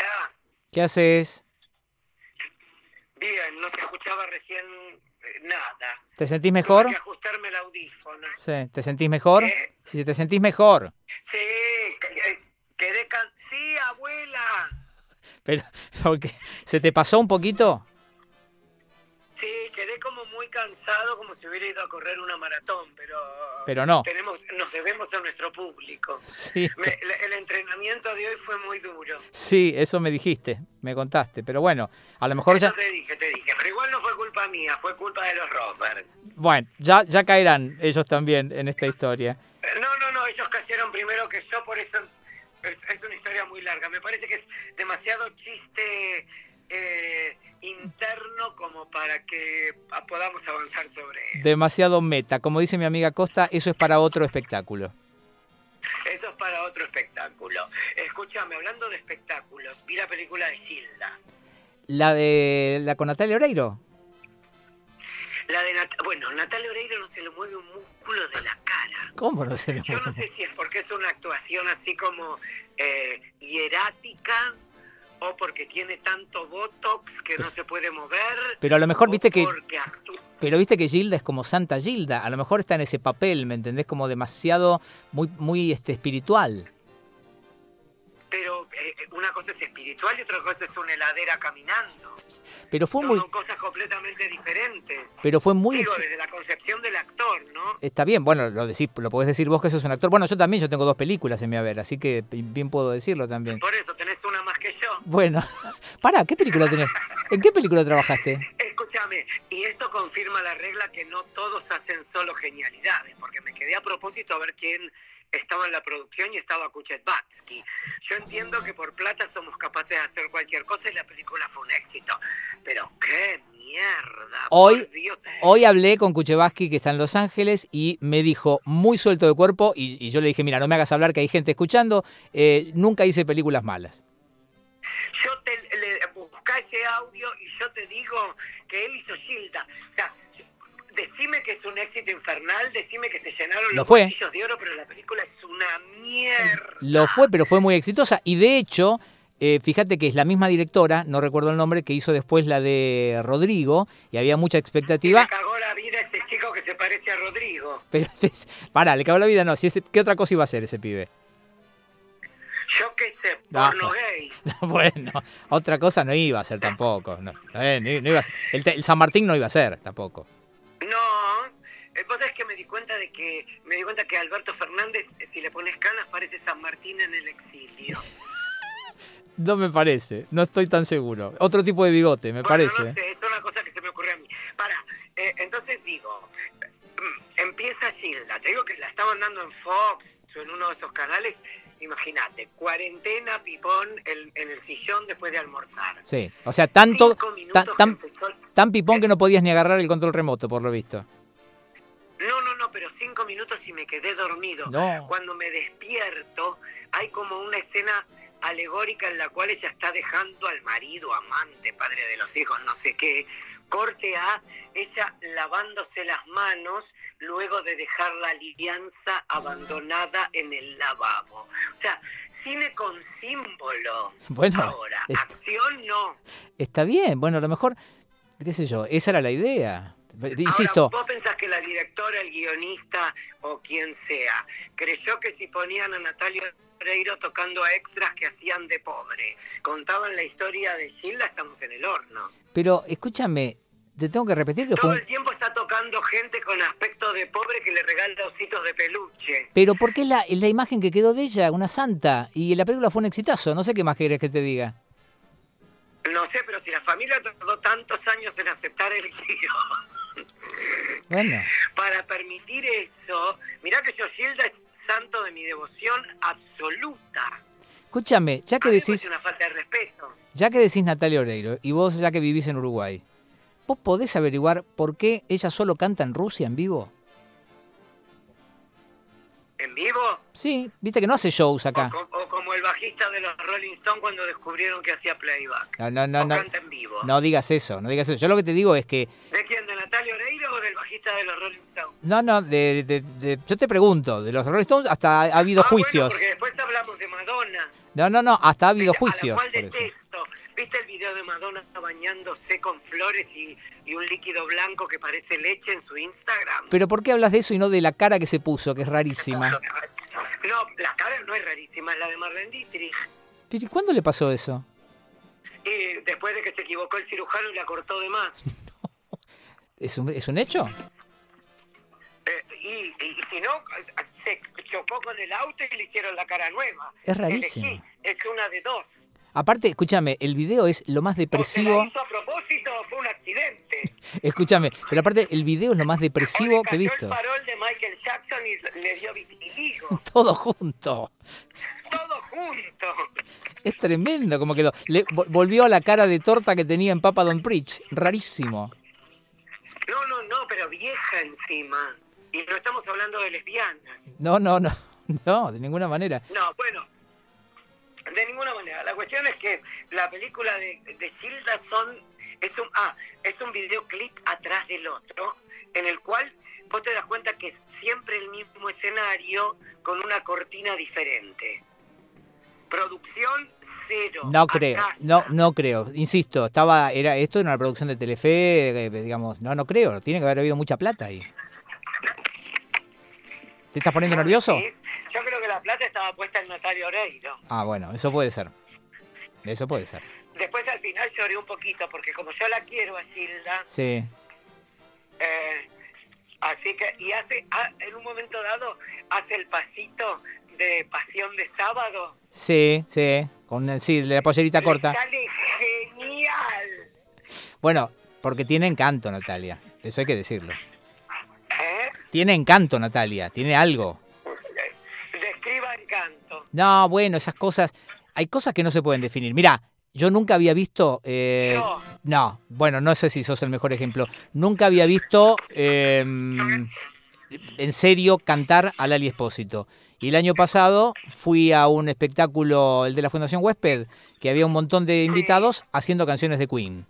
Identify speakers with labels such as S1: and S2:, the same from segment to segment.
S1: Ah,
S2: ¿Qué haces?
S1: Bien, no te escuchaba recién eh, nada.
S2: ¿Te sentís mejor?
S1: Tuve que ajustarme el audífono.
S2: Sí. ¿Te sentís mejor?
S1: ¿Eh?
S2: Si te sentís mejor.
S1: Sí, que- eh, quedé can... Sí, abuela.
S2: Pero, porque, ¿Se te pasó un poquito?
S1: Sí, quedé como muy cansado, como si hubiera ido a correr una maratón, pero...
S2: Pero no.
S1: Tenemos, nos debemos a nuestro público.
S2: Sí.
S1: Me- el, el entrenamiento de hoy fue muy duro.
S2: Sí, eso me dijiste, me contaste. Pero bueno, a lo mejor ya.
S1: Eso te dije, te dije. Pero igual no fue culpa mía, fue culpa de los Robert.
S2: Bueno, ya, ya caerán ellos también en esta historia.
S1: Eh, No, no, no, ellos cayeron primero que yo, por eso es, es una historia muy larga. Me parece que es demasiado chiste eh, interno como para que ah, podamos avanzar sobre él.
S2: Demasiado meta. Como dice mi amiga Costa, eso es para otro espectáculo.
S1: Eso es para otro espectáculo. Escúchame, hablando de espectáculos, vi la película de Gilda.
S2: La de la con Natalia Oreiro.
S1: La de Nat- bueno, Natalia Oreiro no se le mueve un músculo de la cara.
S2: ¿Cómo no se le
S1: Yo no sé
S2: ocurre?
S1: si es porque es una actuación así como eh, hierática o porque tiene tanto botox que no se puede mover.
S2: Pero a lo mejor
S1: o
S2: viste que,
S1: Porque actú-
S2: pero viste que Gilda es como Santa Gilda. A lo mejor está en ese papel, ¿me entendés? Como demasiado, muy, muy este, espiritual.
S1: Pero eh, una cosa es espiritual y otra cosa es una heladera caminando.
S2: Pero fue
S1: Son
S2: muy,
S1: dos cosas completamente diferentes.
S2: pero fue muy.
S1: Digo,
S2: ex-
S1: desde la concepción del actor, ¿no?
S2: Está bien, bueno, lo decís, lo podés decir vos que sos un actor. Bueno, yo también, yo tengo dos películas en mi haber, así que bien puedo decirlo también.
S1: Por eso tenés una más que yo.
S2: Bueno, pará, ¿qué película tenés? ¿En qué película trabajaste?
S1: Escúchame, y esto confirma la regla que no todos hacen solo genialidades, porque me quedé a propósito a ver quién estaba en la producción y estaba Kuchetbatsky. Yo entiendo que por plata somos capaces de hacer cualquier cosa y la película fue un éxito, pero qué mierda.
S2: Hoy-
S1: por Dios.
S2: Hoy hablé con Kuchevaski, que está en Los Ángeles, y me dijo muy suelto de cuerpo, y, y yo le dije, mira, no me hagas hablar que hay gente escuchando, eh, nunca hice películas malas.
S1: Yo te le, busca ese audio y yo te digo que él hizo Gilda. O sea, yo- decime que es un éxito infernal, decime que se llenaron
S2: Lo
S1: los
S2: fue.
S1: bolsillos de oro, pero la película es una mierda.
S2: Lo fue, pero fue muy exitosa, y de hecho, eh, fíjate que es la misma directora, no recuerdo el nombre, que hizo después la de Rodrigo, y había mucha
S1: Y
S2: expectativa.
S1: le cagó la vida a ese chico que se parece a Rodrigo.
S2: Pero, pará, le cagó la vida, no, si este- ¿qué otra cosa iba a hacer ese pibe?
S1: Yo qué sé,
S2: No.
S1: porno gay.
S2: Bueno, otra cosa no iba a ser tampoco. No, eh, no- no iba a ser. El, te- el San Martín no iba a ser tampoco.
S1: No, eh, vos sabés que me di cuenta de que me di cuenta que Alberto Fernández, eh, si le pones canas, parece San Martín en el exilio.
S2: No me parece, no estoy tan seguro. Otro tipo de bigote, me
S1: Bueno,
S2: parece. eh.
S1: No sé, es una cosa que se me ocurre a mí. Para, eh, entonces digo, mm, empieza Gilda. Te digo que la estaban dando en Fox o en uno de esos canales. Imagínate, cuarentena, pipón el- en el sillón después de almorzar.
S2: Sí, o sea, tanto,
S1: Cinco
S2: tan,
S1: minutos que
S2: tan,
S1: empezó el-
S2: tan pipón que no podías ni agarrar el control remoto, por lo visto.
S1: No, no, no, pero cinco minutos y me quedé dormido.
S2: No.
S1: Cuando me despierto, hay como una escena alegórica en la cual ella está dejando al marido, amante, padre de los hijos, no sé qué. Corte a ella lavándose las manos luego de dejar la alianza abandonada en el lavabo. O sea, cine con símbolo.
S2: Bueno,
S1: Ahora,
S2: es-
S1: acción no.
S2: está bien, bueno, a lo mejor, qué sé yo, esa era la idea. Insisto,
S1: Ahora, ¿vos pensás que la directora, el guionista o quien sea, creyó que si ponían a Natalia Oreiro tocando a extras que hacían de pobre, contaban la historia de Gilda, estamos en el horno.
S2: pero escúchame, te tengo que repetir que fue
S1: Todo
S2: un...
S1: el tiempo está tocando gente con aspecto de pobre que le regala ositos de peluche.
S2: Pero porque es la, es la imagen que quedó de ella, una santa, y la película fue un exitazo, no sé qué más querés que te diga.
S1: No sé, pero si la familia tardó tantos años en aceptar el guión
S2: Bueno.
S1: para permitir eso, mirá que yo Gilda es santo de mi devoción absoluta.
S2: Escúchame, ya
S1: A
S2: que
S1: mí me parece
S2: decís,
S1: una falta de respeto.
S2: ya que decís Natalia Oreiro, y vos ya que vivís en Uruguay, ¿vos podés averiguar por qué ella solo canta en Rusia en vivo?
S1: ¿En vivo?
S2: Sí, viste que no hace shows acá.
S1: O, co- o como el bajista de los Rolling Stone cuando descubrieron que hacía playback.
S2: No, no, no,
S1: o
S2: no.
S1: canta en vivo.
S2: No digas eso, no digas eso. Yo lo que te digo es que.
S1: ¿De quién? ¿De Natalia Oreiro o del bajista de los Rolling Stones?
S2: No, no, de, de- de- yo te pregunto, de los Rolling Stones hasta ha habido
S1: Ah, bueno,
S2: juicios.
S1: porque después hablamos de Madonna.
S2: No, no, no, hasta ha habido
S1: a la
S2: juicios.
S1: cual
S2: por eso.
S1: detesto. ¿Viste el video de Madonna bañándose con flores y, y un líquido blanco que parece leche en su Instagram?
S2: Pero ¿por qué hablas de eso y no de la cara que se puso, que es rarísima?
S1: ¿eh? No, la cara no es rarísima, es la de Marlene Dietrich.
S2: Pero, ¿y ¿Cuándo le pasó eso?
S1: Y después de que se equivocó el cirujano y la cortó de más.
S2: ¿Es un, es un hecho?
S1: Eh, y, y- y si no, se chocó con el auto y le hicieron la cara nueva.
S2: Es rarísimo.
S1: Elegí, es una de dos.
S2: Aparte, escúchame, el video es lo más
S1: O se la
S2: depresivo.
S1: hizo a propósito o fue un accidente.
S2: Escúchame, pero aparte, el video es lo más
S1: O le
S2: depresivo que he
S1: cayó el
S2: visto.
S1: farol de Michael Jackson y le dio vitiligo.
S2: Todo junto.
S1: Todo junto.
S2: Es tremendo como quedó. Le vo- volvió a la cara de torta que tenía en Papa Don Preach. Rarísimo.
S1: No, no, no, pero vieja encima. Y no estamos hablando de lesbianas.
S2: No, no, no. No, de ninguna manera.
S1: No, bueno. De ninguna manera. La cuestión es que la película de, de Gilda son, es un ah, es un videoclip atrás del otro, en el cual vos te das cuenta que es siempre el mismo escenario con una cortina diferente. Producción cero.
S2: No
S1: a
S2: creo,
S1: casa.
S2: no, no creo. Insisto, estaba, era, esto era una producción de Telefe, eh, digamos, no, no creo. Tiene que haber habido mucha plata ahí. ¿Te estás poniendo nervioso?
S1: ¿Decís? Yo creo que la plata estaba puesta en Natalia Oreiro.
S2: Ah, bueno, eso puede ser. Eso puede ser.
S1: Después al final lloré un poquito, porque como yo la quiero a Gilda,
S2: Sí.
S1: Eh, así que, y hace, ah, en un momento dado, hace el pasito de Pasión de Sábado.
S2: Sí, sí. Con, sí, de la pollerita
S1: Le
S2: corta.
S1: Sale genial.
S2: Bueno, porque tiene encanto, Natalia. Eso hay que decirlo.
S1: ¿Eh?
S2: Tiene encanto, Natalia. Tiene algo.
S1: Describa encanto.
S2: No, bueno, esas cosas. Hay cosas que no se pueden definir. Mirá, yo nunca había visto. eh,
S1: Yo.
S2: No, bueno, no sé si sos el mejor ejemplo. Nunca había visto eh, en serio cantar a Lali Espósito. Y el año pasado fui a un espectáculo, el de la Fundación Huésped, que había un montón de invitados haciendo canciones de Queen.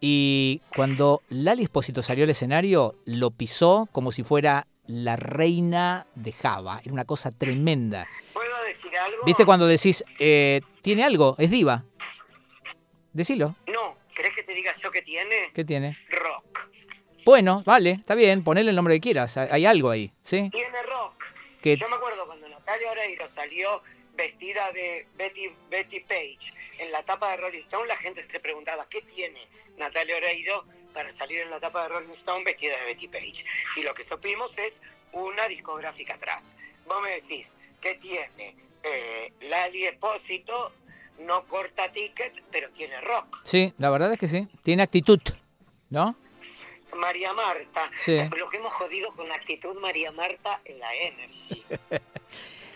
S2: Y cuando Lali Espósito salió al escenario, lo pisó como si fuera la reina de Java. Era una cosa tremenda.
S1: ¿Puedo decir algo?
S2: ¿Viste cuando decís, eh, tiene algo, es diva? Decilo,
S1: No, ¿querés que te diga yo que tiene?
S2: ¿qué tiene?
S1: Rock.
S2: Bueno, vale, está bien, ponele el nombre que quieras, hay hay algo ahí, ¿sí?
S1: Tiene rock.
S2: Que
S1: Yo me acuerdo cuando Natalia Oreiro salió vestida de Betty, Betty Page en la tapa de Rolling Stone, la gente se preguntaba qué tiene Natalia Oreiro para salir en la tapa de Rolling Stone vestida de Betty Page. Y lo que supimos es una discográfica atrás. Vos me decís, ¿qué tiene? Eh, Lali Espósito no corta ticket, pero tiene rock.
S2: sí, la verdad es que sí, tiene actitud, ¿no?
S1: María Marta,
S2: Sí.
S1: lo que hemos jodido con la actitud María Marta en la Energy.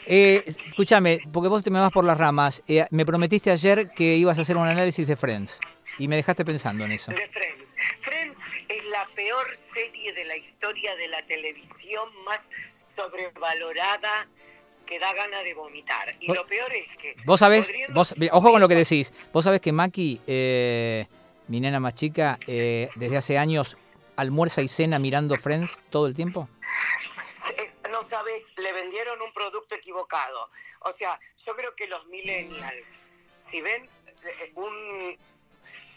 S2: Eh, escúchame, porque vos te me vas por las ramas, eh, me prometiste ayer que ibas a hacer un análisis de Friends y me dejaste pensando en eso.
S1: De Friends. Friends es la peor serie de la historia de la televisión más sobrevalorada que da gana de vomitar. Y
S2: Vos-
S1: lo peor es que...
S2: Vos sabés,
S1: podriendo-
S2: vos, mira, ojo con lo que decís, vos sabés que Maki, eh, mi nena más chica, eh, desde hace años almuerza y cena mirando Friends todo el tiempo.
S1: Eh, No sabes, le vendieron un producto equivocado. O sea, yo creo que los millennials, si ven eh, un-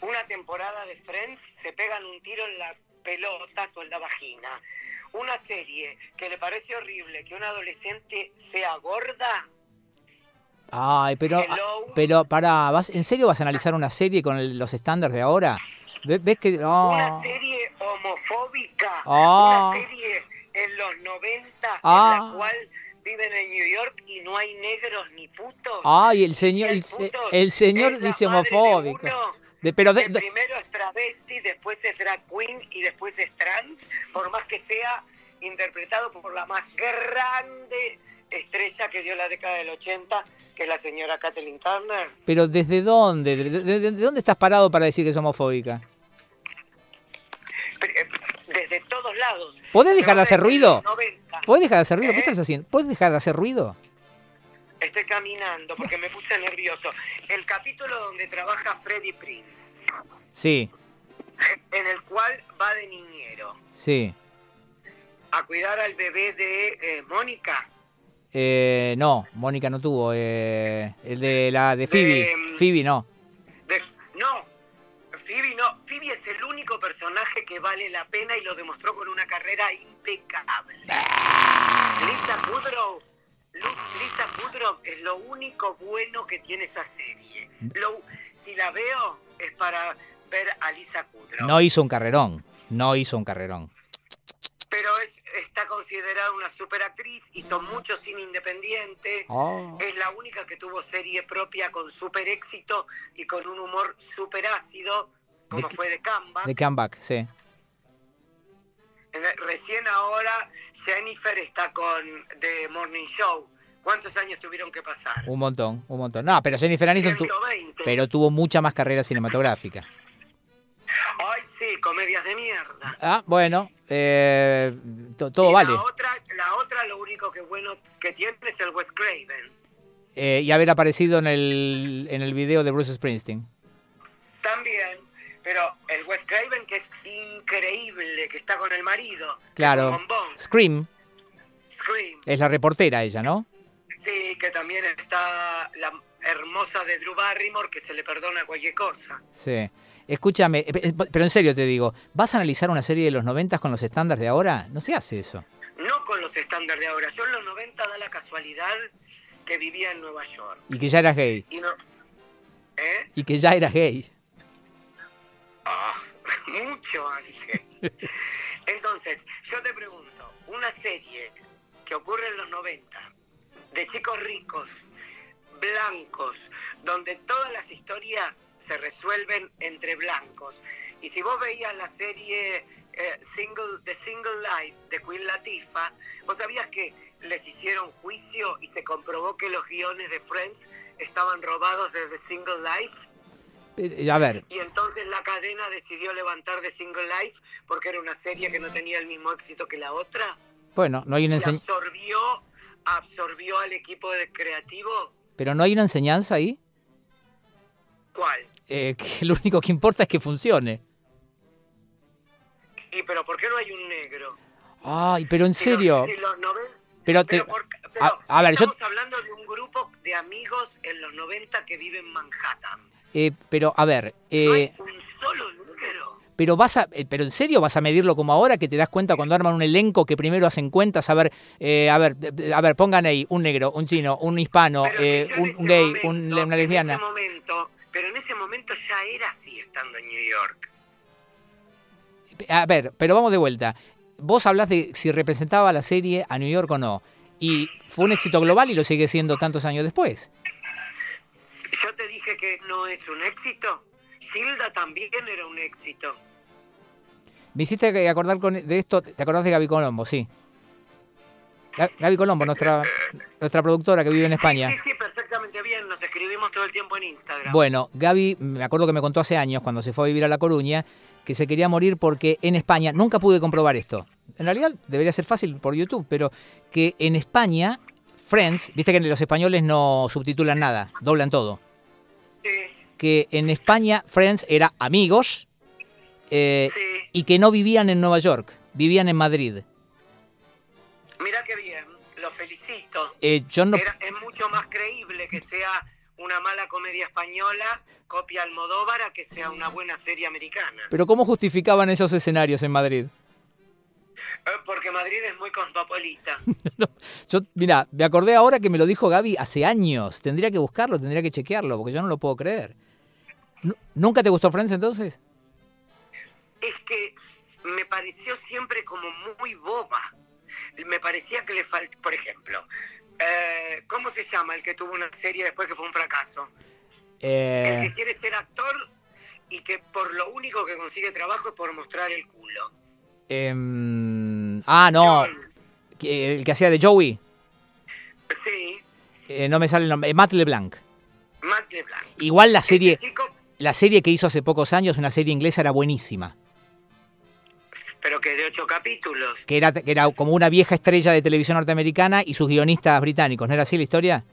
S1: una temporada de Friends, se pegan un tiro en la pelota o en la vagina. Una serie que le parece horrible que un adolescente sea gorda.
S2: Ay, pero,
S1: Hello.
S2: pero para, ¿vas, ¿en serio vas a analizar una serie con el- los estándares de ahora? Ve- ¿Ves que.? no.
S1: Una serie homofóbica,
S2: Ah.
S1: una serie en los 90 en
S2: Ah.
S1: la cual viven en New York y no hay negros ni putos.
S2: Ay, el
S1: Y
S2: señor,
S1: el
S2: el, se-
S1: puto
S2: Ah, el señor
S1: es la
S2: dice
S1: madre de
S2: homofóbico.
S1: uno
S2: De- pero de-
S1: que
S2: de-
S1: primero es travesti, después es drag queen y después es trans, por más que sea interpretado por la más grande estrella que dio la década del 80, que es la señora Kathleen Turner.
S2: pero ¿desde dónde? ¿De, de- de- de dónde estás parado para decir que es homofóbica?
S1: Pero, eh, Desde todos lados.
S2: ¿Podés dejar de hacer
S1: Desde
S2: ruido?
S1: los 90.
S2: ¿Puedes dejar de hacer ruido? ¿Qué
S1: ¿Eh?
S2: estás haciendo? ¿Puedes dejar de hacer ruido?
S1: Estoy caminando porque me puse nervioso. El capítulo donde trabaja Freddy Prince,
S2: Sí,
S1: en el cual va de niñero
S2: sí.
S1: a cuidar al bebé de eh, Mónica.
S2: Eh, no, Mónica no tuvo. eh, el de la
S1: De-
S2: de
S1: mm,
S2: Phoebe. Phoebe no.
S1: De- no, es el único personaje que vale la pena y lo demostró con una carrera impecable. Lisa Kudrow, Luz, Lisa Kudrow es lo único bueno que tiene esa serie. Lo- si la veo es para ver a Lisa Kudrow.
S2: No hizo un carrerón, no hizo un carrerón.
S1: Pero es, está considerada una superactriz, hizo mucho cine independiente.
S2: Oh.
S1: Es la única que tuvo serie propia con super éxito y con un humor super ácido, como
S2: qué-
S1: fue de Canva.
S2: De comeback, sí.
S1: En el- Recién ahora Jennifer está con The Morning Show. ¿Cuántos años tuvieron que pasar?
S2: Un montón, un montón. No, pero Oh, Jennifer Aniston tu-
S1: 120.
S2: pero tuvo mucha más carrera cinematográfica.
S1: Ay, sí, comedias de mierda.
S2: Ah, bueno, eh, to- todo
S1: Y
S2: vale.
S1: La otra, la otra, lo único que bueno que tiene es el Wes Craven.
S2: Eh, y haber aparecido en el, en el video de Bruce Springsteen.
S1: También, pero el Wes Craven que es increíble, que está con el marido. que es
S2: Claro.
S1: un bombón.
S2: Scream
S1: Scream.
S2: es la reportera ella, ¿no?
S1: Sí, que también está la hermosa de Drew Barrymore, que se le perdona cualquier cosa.
S2: Sí. Escúchame, eh, eh, pero en serio te digo, ¿vas a analizar una serie de los 90 con los estándares de ahora? No se hace eso.
S1: No con los estándares de ahora. Yo en los 90 da la casualidad que vivía en Nueva York.
S2: Y que ya eras gay.
S1: Y no... ¿Eh?
S2: Y que ya eras gay.
S1: Ah, mucho antes. Entonces, yo te pregunto, una serie que ocurre en los 90, de chicos ricos, blancos, donde todas las historias se resuelven entre blancos. Y si vos veías la serie eh, single, The Single Life de Queen Latifah, vos sabías que les hicieron juicio y se comprobó que los guiones de Friends estaban robados de The Single Life.
S2: Eh, A ver,
S1: Y entonces la cadena decidió levantar de Single Life porque era una serie que no tenía el mismo éxito que la otra.
S2: bueno, no hay una
S1: Y
S2: enseñanza.
S1: absorbió, absorbió al equipo de creativo.
S2: Pero no hay una enseñanza ahí.
S1: ¿Cuál?
S2: eh, que lo único que importa es que funcione.
S1: Y pero ¿por qué no hay un negro?
S2: Ay, pero en
S1: Si los-
S2: serio.
S1: si los noven-
S2: Pero te-
S1: pero por- pero
S2: a- a ver, yo-
S1: estamos hablando de un grupo de amigos en los 90 que viven en Manhattan.
S2: eh, pero a ver,
S1: No hay
S2: eh,
S1: un solo negro.
S2: pero vas a, eh, pero en serio vas a medirlo como ahora que te das cuenta cuando arman un elenco que primero hacen cuentas, a ver, eh, a ver, eh, a ver, pongan ahí un negro, un chino, un hispano,
S1: Pero que
S2: eh,
S1: yo en
S2: un,
S1: ese
S2: un gay,
S1: momento-
S2: un- una
S1: En
S2: lesbiana.
S1: ese momento, pero en ese momento ya era así estando en New York.
S2: A ver, pero vamos de vuelta. Vos hablás de si representaba la serie a New York o no. Y fue un éxito global y lo sigue siendo tantos años después.
S1: Yo te dije que no es un éxito. Gilda también era un éxito.
S2: Me hiciste acordar con, de esto, ¿te acordás de Gaby Colombo? Sí. Ga- Gaby Colombo, nuestra, nuestra productora que vive en España.
S1: Sí, sí, perfectamente bien. Nos escribimos todo el tiempo en Instagram.
S2: Bueno, Gaby, me acuerdo que me contó hace años, cuando se fue a vivir a La Coruña, que se quería morir porque en España, nunca pude comprobar esto. En realidad debería ser fácil por YouTube, pero que en España, Friends, viste que los españoles no subtitulan nada, doblan todo.
S1: Sí,
S2: Que en España, Friends era amigos eh,
S1: sí.
S2: y que no vivían en Nueva York, vivían en Madrid.
S1: Mira qué bien. Lo felicito.
S2: Eh, yo no.
S1: Era- es mucho más creíble que sea una mala comedia española, copia Almodóvar, a que sea una buena serie americana.
S2: Pero ¿cómo justificaban esos escenarios en Madrid?
S1: Eh, Porque Madrid es muy cosmopolita.
S2: Yo, mira, me acordé ahora que me lo dijo Gaby hace años. Tendría que buscarlo, tendría que chequearlo, porque yo no lo puedo creer. Nu- ¿Nunca te gustó Friends entonces?
S1: es que me pareció siempre como muy boba. Me parecía que le faltó, por ejemplo, eh, ¿cómo se llama el que tuvo una serie después que fue un fracaso? El
S2: Eh,
S1: que quiere ser actor y que por lo único que consigue trabajo es por mostrar el culo.
S2: em, ah, no.
S1: John,
S2: que- El que hacía de Joey.
S1: sí,
S2: Eh, no me sale el nombre. eh, Matt LeBlanc.
S1: Matt LeBlanc.
S2: Igual la serie,
S1: Ese chico,
S2: la serie que hizo hace pocos años, una serie inglesa, era buenísima.
S1: pero que de ocho capítulos.
S2: Que era, que era como una vieja estrella de televisión norteamericana y sus guionistas británicos. ¿No era así la historia?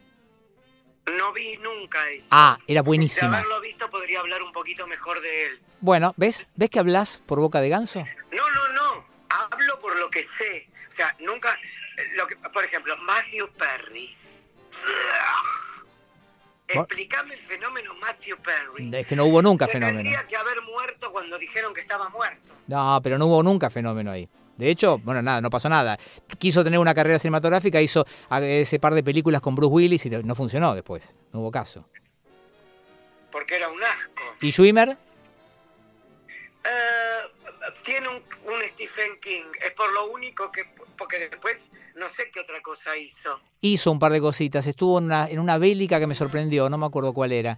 S1: No vi nunca eso.
S2: Ah, era
S1: De
S2: buenísima.
S1: haberlo visto podría hablar un poquito mejor de él.
S2: Bueno, ¿ves? ¿Ves que hablas por boca de ganso?
S1: No, no, no. Hablo por lo que sé. O sea, nunca. eh, Lo que, por ejemplo, Matthew Perry. Explícame el fenómeno Matthew Perry.
S2: Es que no hubo nunca
S1: Se
S2: fenómeno.
S1: Tendría que haber muerto cuando dijeron que estaba muerto.
S2: No, pero no hubo nunca fenómeno ahí. De hecho, bueno, nada, no pasó nada. Quiso tener una carrera cinematográfica, hizo a- ese par de películas con Bruce Willis y no funcionó después. No hubo caso.
S1: Porque era un asco.
S2: ¿Y Schwimmer?
S1: Eh, tiene un, un Stephen King. Es por lo único que. Porque después no sé qué otra cosa hizo.
S2: Hizo un par de cositas. Estuvo en una, en una bélica que me sorprendió, no me acuerdo cuál era.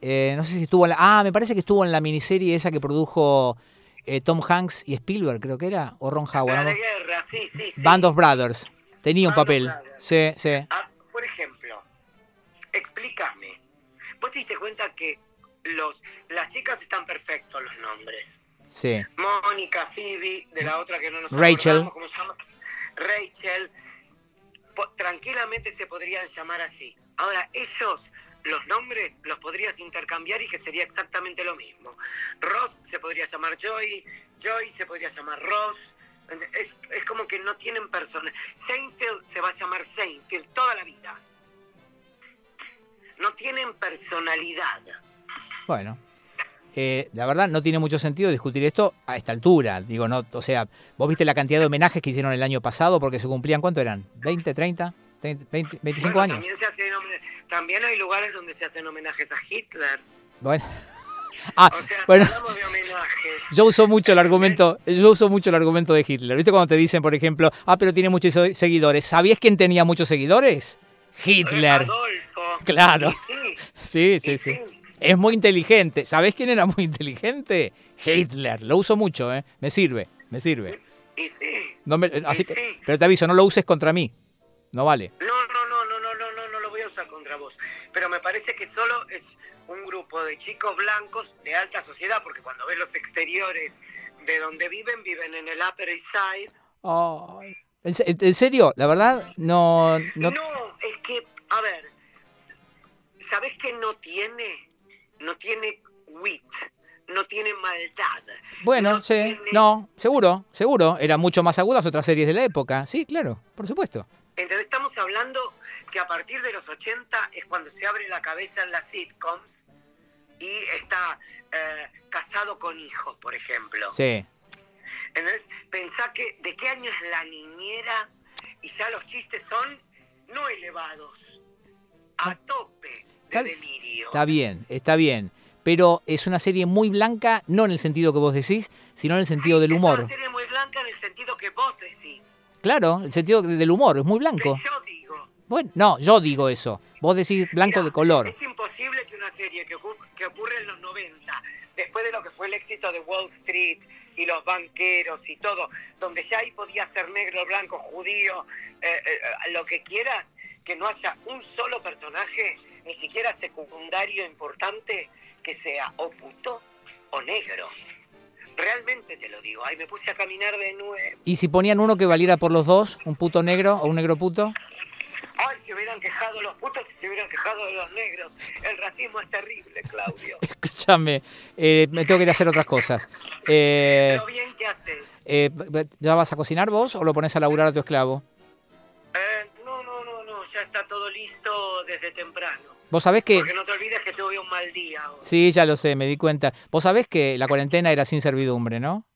S2: Eh, no sé si estuvo en la, Ah, me parece que estuvo en la miniserie esa que produjo eh, Tom Hanks y Spielberg, creo que era. O Ron Howard.
S1: La
S2: ¿no?
S1: de guerra, sí, sí. sí.
S2: Band of Brothers. Tenía un
S1: Band of
S2: papel.
S1: Brothers.
S2: Sí, sí.
S1: Ah, por ejemplo, explícame. ¿Vos te diste cuenta que los, las chicas están perfectos los nombres?
S2: Sí.
S1: Mónica, Phoebe, de la otra que no nos
S2: Rachel.
S1: acordamos cómo se llama. Rachel. Po- tranquilamente se podrían llamar así. Ahora, ellos, los nombres, los podrías intercambiar y que sería exactamente lo mismo. Ross se podría llamar Joy, Joy se podría llamar Ross. Es, es como que no tienen persona. Seinfeld se va a llamar Seinfeld toda la vida. No tienen personalidad.
S2: Bueno, eh, la verdad no tiene mucho sentido discutir esto a esta altura. Digo, no, o sea, vos viste la cantidad de homenajes que hicieron el año pasado porque se cumplían, ¿cuánto eran? ¿20, 30, 30, 20, 25
S1: Bueno,
S2: años?
S1: También, se hacen homen- también hay lugares donde se hacen homenajes a Hitler.
S2: Bueno. Ah,
S1: O sea, si
S2: bueno,
S1: hablamos de homenajes.
S2: yo uso mucho el argumento, yo uso mucho el argumento de Hitler. ¿Viste cuando te dicen, por ejemplo, ah, pero tiene muchos so- seguidores? ¿Sabías quién tenía muchos seguidores? Hitler.
S1: Adolfo.
S2: Claro.
S1: Sí,
S2: Sí,
S1: y
S2: sí, sí.
S1: sí.
S2: Es muy inteligente. ¿Sabés quién era muy inteligente? Hitler. Lo uso mucho, ¿eh? Me sirve, me sirve.
S1: y sí.
S2: No me- así
S1: Y
S2: que-
S1: sí.
S2: pero te aviso, no lo uses contra mí. No vale.
S1: No, no, no, no, no, no, no, no lo voy a usar contra vos. Pero me parece que solo es un grupo de chicos blancos de alta sociedad, porque cuando ves los exteriores de donde viven, viven en el Upper East Side.
S2: ¿En, se- en serio? La verdad, no, no-
S1: No, es que, a ver, ¿sabés qué no tiene? No tiene wit, no tiene maldad.
S2: Bueno,
S1: no
S2: sí.
S1: tiene-
S2: No, seguro, seguro. Eran mucho más agudas otras series de la época. Sí, claro, por supuesto.
S1: Entonces estamos hablando que a partir de los 80 es cuando se abre la cabeza en las sitcoms y está eh, casado con hijo, por ejemplo.
S2: Sí.
S1: Entonces pensá que de qué año es la niñera y ya los chistes son no elevados, a tope de
S2: Tal-
S1: delirio.
S2: Está bien, está bien. Pero es una serie muy blanca, no en el sentido que vos decís, sino en el sentido del
S1: Es
S2: humor.
S1: una serie muy blanca en el sentido que vos decís,
S2: Claro, el sentido del humor, es muy
S1: que
S2: blanco.
S1: yo digo.
S2: Bueno, no, yo digo eso. Vos decís blanco
S1: Mirá,
S2: de color.
S1: Es imposible que una serie que, ocu- que ocurre en los 90, después de lo que fue el éxito de Wall Street y los banqueros y todo, donde ya ahí podía ser negro, blanco, judío, eh, eh, lo que quieras, que no haya un solo personaje, ni siquiera secundario importante, que sea o puto o negro. Realmente te lo digo. Ay, me puse a caminar de nuevo.
S2: ¿Y si ponían uno que valiera por los dos? ¿Un puto negro o un negro puto?
S1: Ay, se hubieran quejado los putos y se hubieran quejado de los negros. El racismo es terrible, Claudio.
S2: Escúchame, eh, me tengo que ir a hacer otras cosas. Eh,
S1: Pero bien que haces.
S2: eh, ¿Ya vas a cocinar vos o lo pones a laburar a tu esclavo?
S1: Eh, no, no, no, no, ya está todo listo desde temprano.
S2: Vos sabés que...
S1: Porque no te olvides que tuve un mal día. hoy.
S2: Sí, ya lo sé, me di cuenta. Vos sabés que la cuarentena era sin servidumbre, ¿no?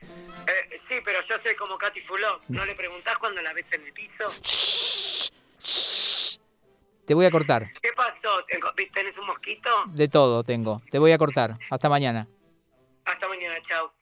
S1: Eh, sí, pero yo soy como Katy Fulop. ¿No le preguntás cuando la ves en el piso?
S2: Te voy a cortar.
S1: ¿Qué pasó? ¿Tengo- ¿Tenés un mosquito?
S2: De todo tengo. Te voy a cortar. Hasta mañana.
S1: Hasta mañana, chao.